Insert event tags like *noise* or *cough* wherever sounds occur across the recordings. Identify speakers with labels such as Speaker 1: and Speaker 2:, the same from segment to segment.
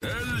Speaker 1: El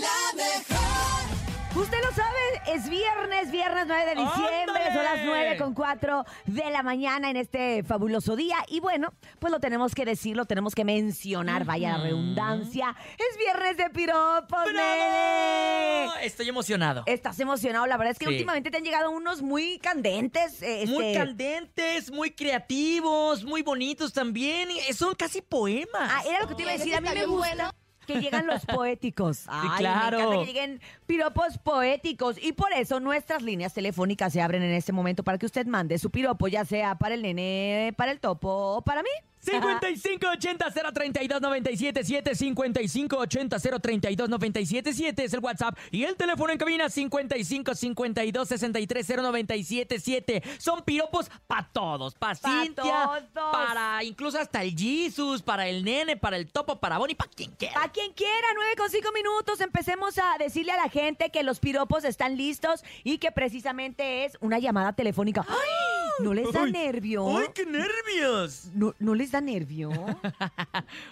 Speaker 2: la mejor.
Speaker 3: Usted lo sabe, es viernes, viernes 9 de diciembre, son las 9 con 4 de la mañana en este fabuloso día. Y bueno, pues lo tenemos que decir, lo tenemos que mencionar, vaya la redundancia. Es viernes de piropos, nene.
Speaker 4: ¡Bravo! Estoy emocionado.
Speaker 3: Estás emocionado, la verdad es que
Speaker 4: Sí.
Speaker 3: últimamente te han llegado unos muy candentes. eh,
Speaker 4: Muy
Speaker 3: este,
Speaker 4: candentes, muy creativos, muy bonitos también. y Son casi poemas.
Speaker 3: Ah, era lo que te iba a
Speaker 2: Ay,
Speaker 3: decir,
Speaker 2: ese
Speaker 3: a mí
Speaker 2: está
Speaker 3: me
Speaker 2: bien
Speaker 3: gusta.
Speaker 2: bueno.
Speaker 3: Que llegan
Speaker 2: *laughs*
Speaker 3: los poéticos. Ay,
Speaker 4: claro.
Speaker 3: Me encanta que lleguen piropos poéticos. Y por eso nuestras líneas telefónicas se abren en este momento para que usted mande su piropo, ya sea para el nene, para el topo o para mí.
Speaker 4: 5580-032-977, 5580-032-977 es el WhatsApp y el teléfono en cabina 5552-630977. Son piropos para todos, para
Speaker 3: Pa'
Speaker 4: Cintia,
Speaker 3: todos.
Speaker 4: para incluso hasta el Jesus, para el nene, para el topo, para Bonnie, para quien quiera.
Speaker 3: A quien quiera, 9 con cinco minutos, empecemos a decirle a la gente que los piropos están listos y que precisamente es una llamada telefónica. ¿No les da
Speaker 4: ¡Ay!
Speaker 3: nervio?
Speaker 4: qué nervios!
Speaker 3: ¿No, ¿No les da nervio?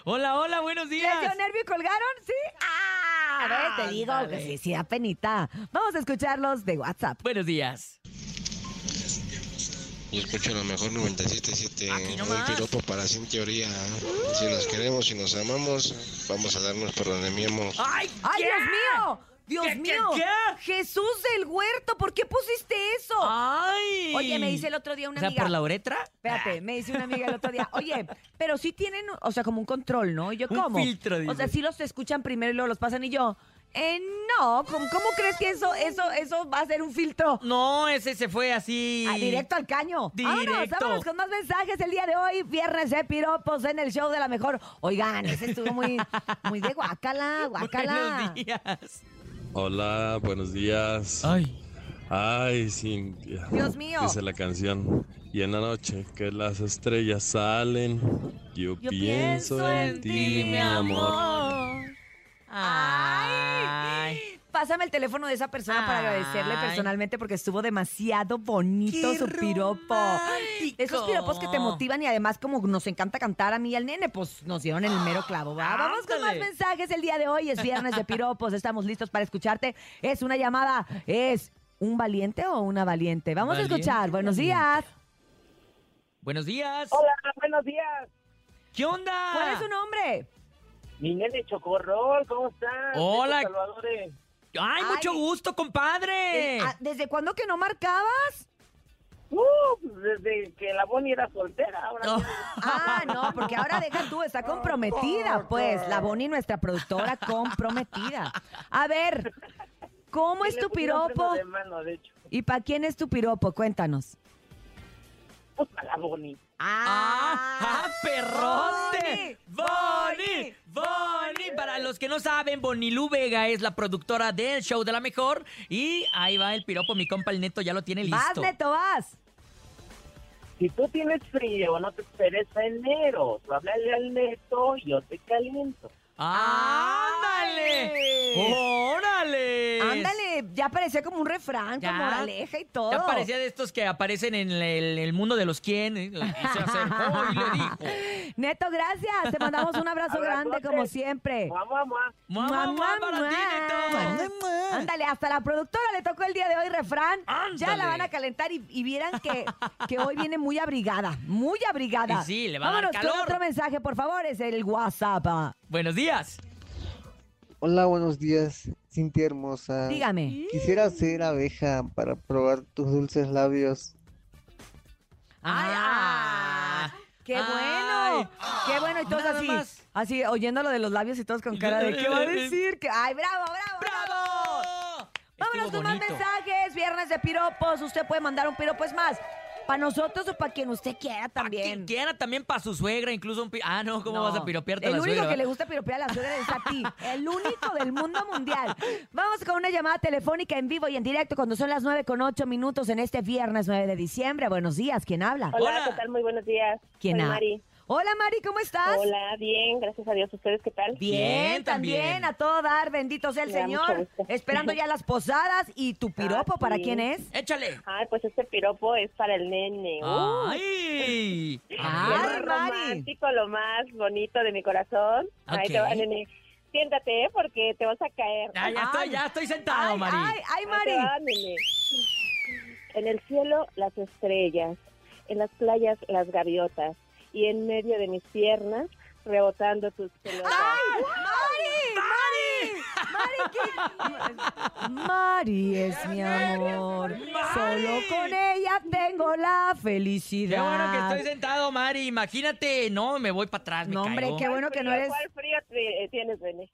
Speaker 4: Hola, hola, buenos
Speaker 3: ¿Les dio
Speaker 4: días.
Speaker 3: nervio y colgaron? ¿Sí? ¡Ah! ¿ves? Te digo que
Speaker 4: Ándale.
Speaker 3: sí, sí, da penita. Vamos a escucharlos de WhatsApp.
Speaker 4: Buenos días.
Speaker 5: Yo escucho la mejor 97.7.
Speaker 4: Aquí
Speaker 5: Un
Speaker 4: nomás.
Speaker 5: piropo para sin teoría. ¿eh? Si nos queremos y nos amamos, vamos a darnos por donde miemos.
Speaker 4: ¡Ay,
Speaker 3: ¡Ay,
Speaker 4: qué!
Speaker 3: Dios mío! ¡Dios
Speaker 4: ¿Qué, qué,
Speaker 3: mío!
Speaker 4: qué?
Speaker 3: ¡Jesús del huerto! ¿Por qué pusiste eso?
Speaker 4: ¡Ay!
Speaker 3: Oye, me dice el otro día una
Speaker 4: O sea,
Speaker 3: amiga.
Speaker 4: por la Ah. uretra.
Speaker 3: Espérate, me dice una amiga el otro día, oye, pero sí tienen, o sea, como un control, ¿no? Y yo,
Speaker 4: Un
Speaker 3: ¿cómo?
Speaker 4: filtro,
Speaker 3: o sea,
Speaker 4: dice.
Speaker 3: sí los escuchan primero y luego los pasan y yo, eh, no, ¿cómo, cómo crees que eso, eso, eso va a ser un filtro?
Speaker 4: No, ese se fue así.
Speaker 3: Ah, directo al caño. Vámonos,
Speaker 4: Directo.
Speaker 3: vámonos con más mensajes el día de hoy. Viernes de piropos en el show de la mejor. Oigan, ese estuvo muy, muy de guacala, guacala.
Speaker 4: *laughs* Buenos días.
Speaker 6: Hola, buenos días.
Speaker 4: Ay.
Speaker 6: Ay, Cintia.
Speaker 3: Dios mío.
Speaker 6: Dice la canción. Y en la noche que las estrellas salen, yo,
Speaker 3: Yo
Speaker 6: pienso, en ti, mi amor.
Speaker 4: Ay.
Speaker 3: Pásame el teléfono de esa persona para
Speaker 4: Ay.
Speaker 3: agradecerle personalmente porque estuvo demasiado bonito
Speaker 4: Qué
Speaker 3: su piropo.
Speaker 4: romántico.
Speaker 3: Esos piropos que te motivan y además como nos encanta cantar a mí y al nene, pues nos dieron el mero clavo. ¿va? Vamos con más
Speaker 4: Ah, Ándale.
Speaker 3: mensajes el día de hoy. Es viernes de piropos, estamos listos para escucharte. Es una llamada, es un valiente o una valiente. Vamos a
Speaker 4: Valiente,
Speaker 3: escuchar. Buenos días.
Speaker 4: valiente. Buenos días.
Speaker 7: Hola, buenos días.
Speaker 4: ¿Qué onda?
Speaker 3: ¿Cuál es su nombre?
Speaker 7: Mi nene Chocorrol, ¿cómo estás?
Speaker 4: Hola.
Speaker 7: Besos, Salvadores.
Speaker 4: Ay, mucho
Speaker 3: Ay.
Speaker 4: gusto,
Speaker 3: Eh,
Speaker 4: compadre.
Speaker 3: ah, ¿Desde cuándo que no marcabas?
Speaker 7: Uh, desde que la Bonnie era soltera, ahora
Speaker 4: Oh.
Speaker 3: Ah, no, porque ahora deja tú, está comprometida, pues. La Bonnie, nuestra productora, comprometida. A ver, ¿cómo es
Speaker 7: Le
Speaker 3: tu
Speaker 7: puse un freno
Speaker 3: piropo?
Speaker 7: De mano, de hecho.
Speaker 3: ¿Y para quién es tu piropo? Cuéntanos.
Speaker 7: Pues para la Bonnie.
Speaker 4: ¡Ah! ah, perrote!
Speaker 3: Bonnie,
Speaker 4: ¡Boni! ¡Boni! Para los que no saben, Bonnie Lu Vega es la productora del show de la mejor. Y ahí va el piropo, mi compa el neto ya lo tiene
Speaker 3: Vas,
Speaker 4: *laughs* listo.
Speaker 3: Neto, vas.
Speaker 7: Si tú tienes frío, no te esperes a enero. Tú háblale al neto y yo te caliento.
Speaker 4: ¡Ándale! ¡Órale!
Speaker 3: Ándale, oh. ya parecía como un refrán,
Speaker 4: Ya.
Speaker 3: como moraleja y todo.
Speaker 4: Ya parecía de estos que aparecen en el, el mundo de los quién. ¿eh? Y se acercó
Speaker 3: *laughs*
Speaker 4: y le dijo.
Speaker 3: Neto, gracias. Te mandamos un abrazo grande,
Speaker 7: Abrazotes.
Speaker 3: como siempre.
Speaker 7: Mamá, mamá.
Speaker 4: ¡Mua,
Speaker 3: Mua,
Speaker 4: mua,
Speaker 3: mua,
Speaker 4: mua para
Speaker 3: mua.
Speaker 4: ti, Neto!
Speaker 3: Ándale, hasta la productora le tocó el día de hoy refrán. Ya la
Speaker 4: Ándale.
Speaker 3: van a calentar y, y vieran que, que hoy viene muy abrigada, muy abrigada.
Speaker 4: Y sí, le va a dar
Speaker 3: Vámonos con
Speaker 4: calor.
Speaker 3: otro mensaje, por favor, es el WhatsApp. ah.
Speaker 4: Buenos días.
Speaker 8: Hola, buenos días, Cintia hermosa.
Speaker 3: Dígame.
Speaker 8: Quisiera ser abeja para probar tus dulces labios.
Speaker 3: Ay,
Speaker 4: Ah.
Speaker 3: ah, ¡Qué
Speaker 4: Ay.
Speaker 3: bueno! ¡Qué bueno! Y todos
Speaker 4: Nada
Speaker 3: así,
Speaker 4: más.
Speaker 3: así, oyendo lo de los labios y todos con cara de ¿qué va a decir? Que- ¡Ay, bravo, bravo!
Speaker 4: ¡Bravo!
Speaker 3: Vámonos
Speaker 4: Estuvo
Speaker 3: con más
Speaker 4: bonito.
Speaker 3: mensajes. Viernes de piropos. Usted puede mandar un piropo, es más, para nosotros o para quien usted quiera
Speaker 4: Quien
Speaker 3: también.
Speaker 4: quiera también para su suegra, incluso un pi- Ah, no, ¿cómo
Speaker 3: No.
Speaker 4: vas a piropearte a
Speaker 3: El
Speaker 4: la
Speaker 3: único
Speaker 4: suegra?
Speaker 3: que le gusta piropear a la suegra es a ti. El único del mundo mundial. Vamos con una llamada telefónica en vivo y en directo cuando son las 9 con 8 minutos en este viernes 9 de diciembre. Buenos días, ¿quién habla?
Speaker 4: Hola.
Speaker 9: Hola, ¿qué tal? Muy buenos días.
Speaker 3: ¿Quién
Speaker 9: Soy
Speaker 3: habla?
Speaker 9: Mari.
Speaker 3: Hola, Mari, ¿cómo estás?
Speaker 9: Hola, bien, gracias a Dios. ¿Ustedes qué tal?
Speaker 3: Bien,
Speaker 4: Bien, también.
Speaker 3: también, a todo dar, bendito sea el
Speaker 9: Me da mucho
Speaker 3: Señor.
Speaker 9: gusto.
Speaker 3: Esperando ya las posadas y tu piropo, ¿para
Speaker 9: sí.
Speaker 3: quién es?
Speaker 4: Échale.
Speaker 9: Ay, pues este piropo es para el nene. Uh,
Speaker 4: ¡Ay!
Speaker 9: lo
Speaker 3: Ah.
Speaker 4: Ah,
Speaker 9: más
Speaker 3: Ay, Mari.
Speaker 9: romántico, lo más bonito de mi corazón. Ahí te va,
Speaker 4: Ok.
Speaker 9: nene. Siéntate, ¿eh? porque te vas a caer.
Speaker 4: ya, ya estoy, ya estoy sentado,
Speaker 3: ay,
Speaker 4: Mari.
Speaker 3: ay, ay,
Speaker 9: Ahí te
Speaker 3: Mari.
Speaker 9: va, nene. En el cielo, las estrellas. En las playas, las gaviotas. Y en medio de mis piernas, rebotando tus pelotas.
Speaker 3: Mari es mi amor. Solo con ella tengo la felicidad.
Speaker 4: Qué bueno que estoy sentado, Mari. Imagínate, no, me voy para atrás, me
Speaker 3: No, hombre,
Speaker 4: caigo.
Speaker 3: qué bueno que no eres.
Speaker 9: ¿Cuál frío te- tienes,
Speaker 3: *laughs*
Speaker 9: nene?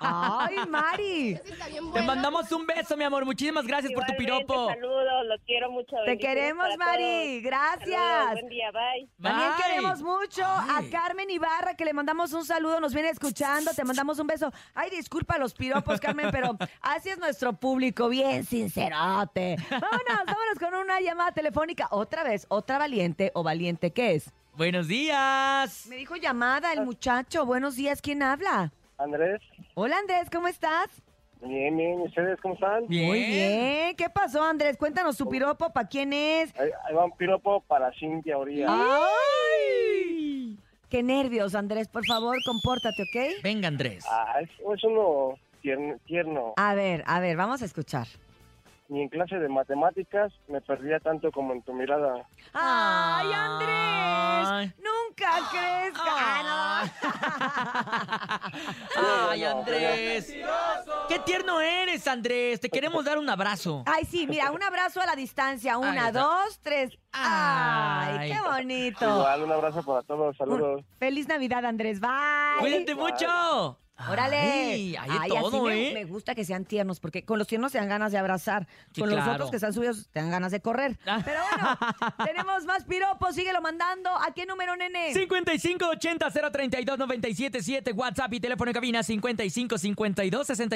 Speaker 3: Ay, Mari.
Speaker 2: Está bien
Speaker 4: Te
Speaker 2: bueno.
Speaker 4: mandamos un beso, mi amor. Muchísimas gracias por tu
Speaker 9: Igualmente,
Speaker 4: piropo.
Speaker 9: Saludos, los quiero mucho.
Speaker 3: Te
Speaker 9: bendiciones
Speaker 3: queremos,
Speaker 9: para
Speaker 3: Mari.
Speaker 9: todos. Saludos,
Speaker 3: Gracias.
Speaker 9: buen día, bye.
Speaker 3: También
Speaker 4: Bye.
Speaker 3: queremos mucho
Speaker 4: Ay.
Speaker 3: a Carmen Ibarra, que le mandamos un saludo, nos viene escuchando, te mandamos un beso. Ay, disculpa los piropos, Carmen, pero así es nuestro público, bien sincerote. Vámonos, vámonos con una llamada telefónica. Otra vez, otra valiente o valiente, ¿qué es?
Speaker 4: Buenos días.
Speaker 3: Me dijo llamada
Speaker 4: Ah.
Speaker 3: el muchacho. Buenos días, ¿quién habla?
Speaker 7: Andrés,
Speaker 3: Hola, Andrés, ¿cómo estás?
Speaker 7: bien, bien, ¿ustedes cómo están?
Speaker 4: Bien. Oh.
Speaker 3: Muy bien. ¿Qué pasó, Andrés? Cuéntanos tu piropo, ¿para quién es?
Speaker 7: Ahí, ahí va un piropo para Cintia Oría.
Speaker 3: Ah. ¡Ay! Qué nervios, Andrés, por favor, compórtate, ¿ok?
Speaker 4: Venga, Andrés.
Speaker 7: Ah, es, es uno tierno, tierno.
Speaker 3: A ver, a ver, vamos a escuchar.
Speaker 7: Ni en clase de matemáticas me perdía tanto como en tu mirada.
Speaker 3: ¡Ay, Andrés!
Speaker 4: Ay.
Speaker 3: ¡Nunca crezca! Ah, no.
Speaker 4: Ay, Andrés. Qué tierno eres, Andrés. Te queremos dar un abrazo.
Speaker 3: *laughs* Ay, sí, mira, un abrazo a la distancia. Una,
Speaker 4: está.
Speaker 3: dos, tres. ¡Ay,
Speaker 4: Ay.
Speaker 3: qué bonito!
Speaker 7: Igual, un abrazo para todos, saludos.
Speaker 3: ¡Feliz Navidad, Andrés! ¡Bye!
Speaker 4: Cuídate mucho.
Speaker 3: ¡Órale!
Speaker 4: Ay, hay de
Speaker 3: Ay, así
Speaker 4: todo,
Speaker 3: me,
Speaker 4: ¿eh?
Speaker 3: me gusta que sean tiernos, porque con los tiernos te dan ganas de abrazar.
Speaker 4: Sí,
Speaker 3: con los
Speaker 4: claro.
Speaker 3: otros que están subidos te dan ganas de correr.
Speaker 4: Ah.
Speaker 3: Pero bueno,
Speaker 4: *laughs*
Speaker 3: tenemos más piropos. Síguelo mandando. ¿A qué número, nene?
Speaker 4: 5580-032-977, WhatsApp y teléfono en cabina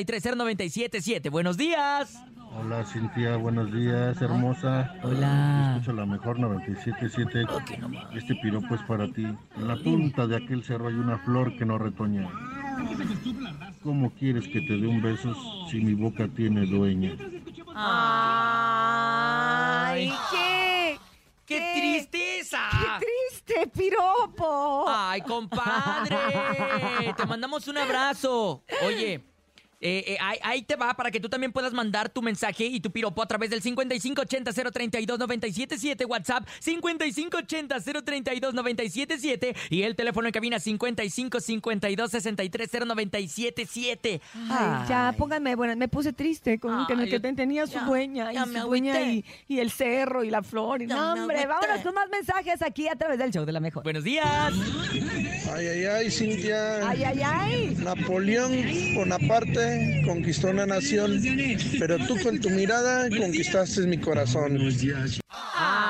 Speaker 4: 5552-630977. Buenos días.
Speaker 10: Hola Cintia, buenos días, hermosa.
Speaker 4: Hola. Oh,
Speaker 10: Escucha la mejor 977. Este piropo es para ti. En la punta de aquel cerro hay una flor que no retoña. ¿Cómo quieres que te dé un beso si mi boca tiene dueña?
Speaker 3: ¡Ay,
Speaker 4: Ay.
Speaker 3: qué!
Speaker 4: ¡Qué tristeza!
Speaker 3: ¡Qué triste piropo!
Speaker 4: ¡Ay, compadre! Te mandamos un abrazo. Oye, eh, eh, ahí, ahí te va para que tú también puedas mandar tu mensaje y tu piropo a través del 5580-032-977, WhatsApp 5580-032-977 y el teléfono en cabina 5552-630977.
Speaker 3: Ay, ya, pónganme, bueno, me puse triste con
Speaker 4: Ay,
Speaker 3: que en el que
Speaker 4: yo-
Speaker 3: ten- tenía su
Speaker 4: ya,
Speaker 3: dueña, y
Speaker 4: ya
Speaker 3: su
Speaker 4: me
Speaker 3: dueña y,
Speaker 4: agüité.
Speaker 3: y el cerro y la flor. Y,
Speaker 4: Ya
Speaker 3: no,
Speaker 4: me
Speaker 3: hombre,
Speaker 4: agüité.
Speaker 3: vámonos con más mensajes aquí a través del show de la mejor.
Speaker 4: Buenos días.
Speaker 10: Ay, ay, ay, Cintia.
Speaker 3: Ay, ay, ay.
Speaker 10: Napoleón Bonaparte conquistó una nación, pero tú con tu mirada conquistaste mi corazón.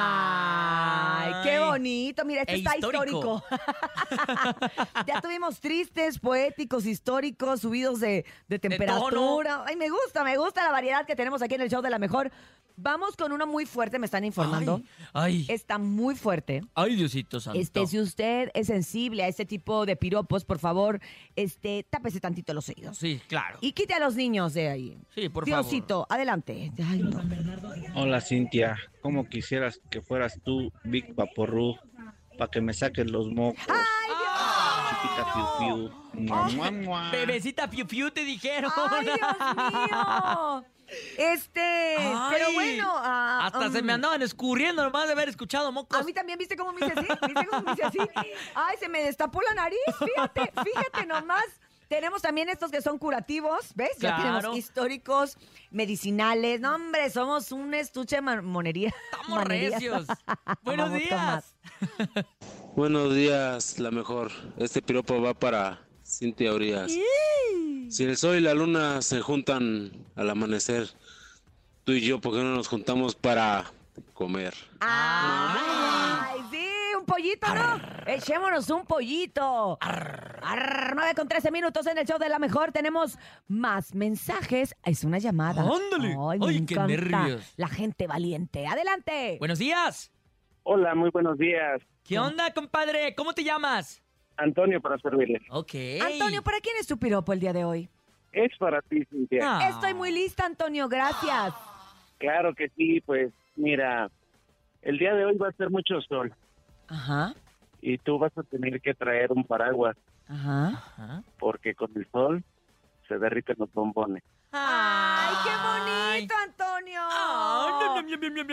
Speaker 3: Ay, qué bonito. Mira, este
Speaker 4: E
Speaker 3: está histórico. *laughs*
Speaker 4: histórico.
Speaker 3: ya tuvimos tristes, poéticos, históricos, subidos de, de
Speaker 4: tono.
Speaker 3: temperatura. Ay, me gusta, me gusta la variedad que tenemos aquí en el show de la mejor. Vamos con uno muy fuerte, me están informando.
Speaker 4: Ay, ay,
Speaker 3: Está muy fuerte.
Speaker 4: ay, Diosito santo.
Speaker 3: Este, si usted es sensible a este tipo de piropos, por favor, este, tápese tantito los oídos.
Speaker 4: Sí, claro.
Speaker 3: Y quite a los niños de ahí.
Speaker 4: Sí, por favor.
Speaker 3: Diosito, adelante. Ay, no.
Speaker 10: Hola Cintia, ¿cómo quisieras que fueras tú, Big Paporru, para que me saques los mocos?
Speaker 3: Ah.
Speaker 10: Chiquita piu piu. Mua, mua, mua.
Speaker 4: Bebecita Piu Piu te dijeron.
Speaker 3: ¡Ay, Dios mío! Este, pero
Speaker 4: Ay,
Speaker 3: bueno. ah,
Speaker 4: *laughs* hasta se
Speaker 3: um,
Speaker 4: me andaban escurriendo nomás de haber escuchado
Speaker 3: A
Speaker 4: mocos.
Speaker 3: mí también, ¿viste cómo me hice así? ¿Viste cómo me hice así? Ay, se me destapó la nariz, fíjate, fíjate nomás. Tenemos también estos que son curativos, ¿ves? Ya
Speaker 4: Claro.
Speaker 3: tenemos históricos, medicinales. No, hombre, somos un estuche de man- monería.
Speaker 4: Estamos
Speaker 3: Manería. *laughs*
Speaker 4: recios.
Speaker 3: Vamos
Speaker 4: Buenos
Speaker 3: con
Speaker 4: días.
Speaker 3: más.
Speaker 11: Buenos días, la mejor. Este piropo va para Cintia Urias. Si el sol y la luna se juntan al amanecer, tú y yo, ¿por qué no nos juntamos para comer?
Speaker 4: Ah.
Speaker 3: Ay, sí, un pollito, ¿no? Echémonos un pollito. Arr, 9 con 13 minutos en el show de la mejor. Tenemos más mensajes. Es una llamada.
Speaker 4: Ándale.
Speaker 3: Ay, me
Speaker 4: Ay, qué
Speaker 3: encanta
Speaker 4: nervios.
Speaker 3: La gente valiente. Adelante.
Speaker 4: Buenos días.
Speaker 7: Hola, muy buenos días.
Speaker 4: ¿Qué onda, compadre? ¿Cómo te llamas?
Speaker 12: Antonio, para servirle.
Speaker 4: Ok.
Speaker 3: Antonio, ¿para quién es tu piropo el día de hoy?
Speaker 12: Es para ti, Cintia.
Speaker 4: Ah.
Speaker 3: Estoy muy lista, Antonio, gracias.
Speaker 12: Claro que sí, pues mira, el día de hoy va a ser mucho sol
Speaker 3: Ajá,
Speaker 12: y tú vas a tener que traer un paraguas
Speaker 3: ajá.
Speaker 12: porque con el sol se derriten los bombones.
Speaker 3: ¡Ay, qué bonito, Antonio!
Speaker 4: Ah,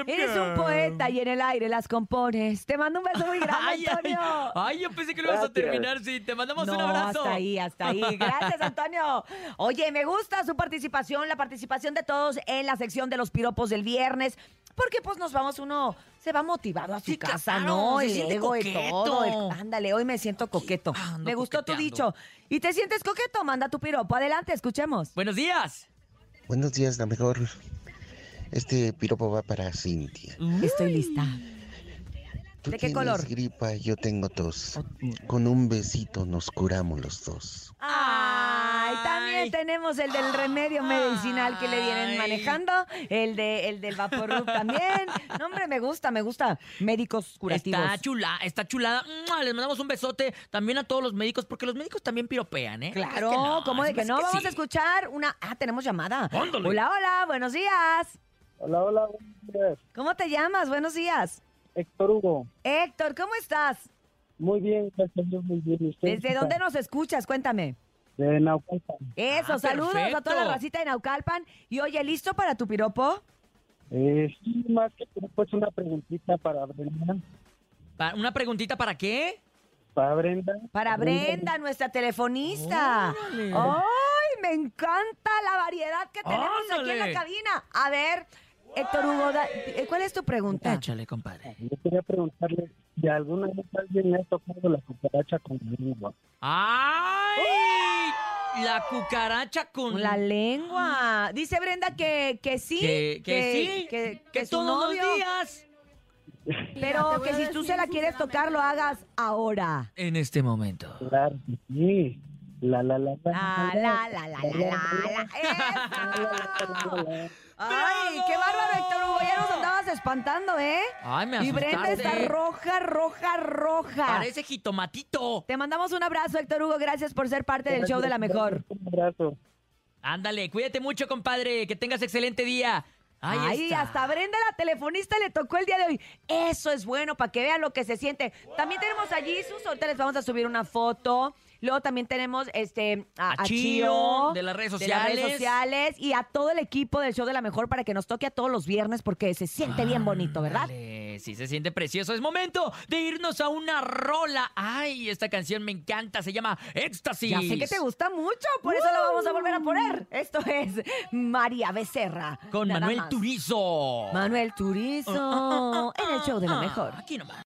Speaker 3: Eres un poeta y en el aire las compones. Te mando un beso muy
Speaker 4: *laughs* Ay,
Speaker 3: grande,
Speaker 4: ay,
Speaker 3: Antonio.
Speaker 4: ay, yo pensé que lo ibas a
Speaker 3: Gracias.
Speaker 4: terminar, sí. Te mandamos un
Speaker 3: No,
Speaker 4: abrazo.
Speaker 3: Hasta ahí, hasta ahí.
Speaker 4: *laughs*
Speaker 3: Gracias, Antonio. Oye, me gusta su participación, la participación de todos en la sección de los piropos del viernes. Porque pues nos vamos, uno se va motivado a su casa,
Speaker 4: claro,
Speaker 3: ¿no?
Speaker 4: se
Speaker 3: El
Speaker 4: siente
Speaker 3: ego y
Speaker 4: coqueto.
Speaker 3: todo. el- ándale, hoy me siento coqueto. me gustó tu dicho. ¿Y te sientes coqueto? Manda tu piropo. Adelante, escuchemos.
Speaker 4: Buenos días.
Speaker 13: Buenos días, la mejor. Este piropo va para Cintia.
Speaker 4: Uh,
Speaker 3: Estoy lista.
Speaker 13: Tú
Speaker 3: ¿De qué
Speaker 13: tienes
Speaker 3: color?
Speaker 13: gripa, yo tengo tos. Con un besito nos curamos los dos.
Speaker 3: Ay, también tenemos el del remedio medicinal que le vienen manejando, el de el del
Speaker 4: *laughs*
Speaker 3: vaporub también. No, hombre, me gusta, me gusta. Médicos curativos.
Speaker 4: Está chula, está chulada. ¡Mua! Les mandamos un besote también a todos los médicos, porque los médicos también piropean, ¿eh?
Speaker 3: Claro,
Speaker 4: Es que no,
Speaker 3: ¿cómo de
Speaker 4: es
Speaker 3: que no? Vamos
Speaker 4: sí.
Speaker 3: a escuchar una. Ah, tenemos llamada.
Speaker 4: Ándale.
Speaker 3: Hola, hola, buenos días.
Speaker 14: Hola, hola, buenos días.
Speaker 3: ¿Cómo te llamas? Buenos días.
Speaker 14: Héctor Hugo.
Speaker 3: Héctor, ¿cómo estás?
Speaker 14: Muy bien, gracias a Dios, muy bien. ¿Y usted?
Speaker 3: ¿Desde dónde nos escuchas? Cuéntame.
Speaker 14: De Naucalpan.
Speaker 3: Eso,
Speaker 14: Ah,
Speaker 3: saludos a toda
Speaker 14: perfecto.
Speaker 3: la racita de Naucalpan. Y oye, ¿listo para tu piropo?
Speaker 14: Eh, sí, más que todo, pues una preguntita para Brenda.
Speaker 4: Pa- ¿Una preguntita para qué?
Speaker 14: Para Brenda.
Speaker 3: Para Brenda, nuestra telefonista.
Speaker 4: Oh. Órale.
Speaker 3: ¡Ay, me encanta la variedad que tenemos aquí en
Speaker 4: Ándale.
Speaker 3: la cabina! A ver, Héctor Hugo, da- eh, ¿cuál es tu pregunta?
Speaker 4: Échale, compadre.
Speaker 14: Yo quería preguntarle si alguna vez alguien le ha tocado la cucaracha con la lengua.
Speaker 4: ¡Ay! La cucaracha con
Speaker 3: La lengua. Dice Brenda que, que sí.
Speaker 4: Que- que sí,
Speaker 3: Que,
Speaker 4: que
Speaker 3: su
Speaker 4: todos los
Speaker 3: novio,
Speaker 4: días.
Speaker 3: Pero que si tú se la quieres tocar, lo hagas ahora.
Speaker 4: En este momento.
Speaker 14: Claro, que sí. La, la, la, la.
Speaker 3: La, Ah, la, la, la, la, la, la. ¡Eso! ¡Ay, qué bárbaro, Héctor Hugo! Ya nos andabas espantando, ¿eh?
Speaker 4: Ay, me
Speaker 3: Y Brenda está
Speaker 4: asustaste.
Speaker 3: roja, roja, roja.
Speaker 4: Parece jitomatito.
Speaker 3: Te mandamos un abrazo, Héctor Hugo. Gracias por ser parte del show de la mejor.
Speaker 14: Un abrazo.
Speaker 4: Ándale, cuídate mucho, compadre. Que tengas excelente día. Ahí
Speaker 3: Ay,
Speaker 4: está.
Speaker 3: hasta Brenda, la telefonista, le tocó el día de hoy. Eso es bueno para que vean lo que se siente. También tenemos a Jesus. Ahorita les vamos a subir una foto. Luego también tenemos este, a,
Speaker 4: A
Speaker 3: a
Speaker 4: Chio,
Speaker 3: Chio,
Speaker 4: de las redes
Speaker 3: de las redes
Speaker 4: sociales.
Speaker 3: sociales, y a todo el equipo del show de la mejor para que nos toque a todos los viernes porque se siente bien bonito, ¿verdad?
Speaker 4: Eh, sí, se siente precioso. Es momento de irnos a una rola. Ay, esta canción me encanta. Se llama Éxtasis.
Speaker 3: Ya sé que te gusta mucho, por eso la vamos a volver
Speaker 4: Uh.
Speaker 3: a poner. Esto es María Becerra.
Speaker 4: Con
Speaker 3: Nada
Speaker 4: Manuel Ah,
Speaker 3: más.
Speaker 4: Turizo. ah.
Speaker 3: Manuel Turizo en el show de la mejor.
Speaker 4: Aquí nomás.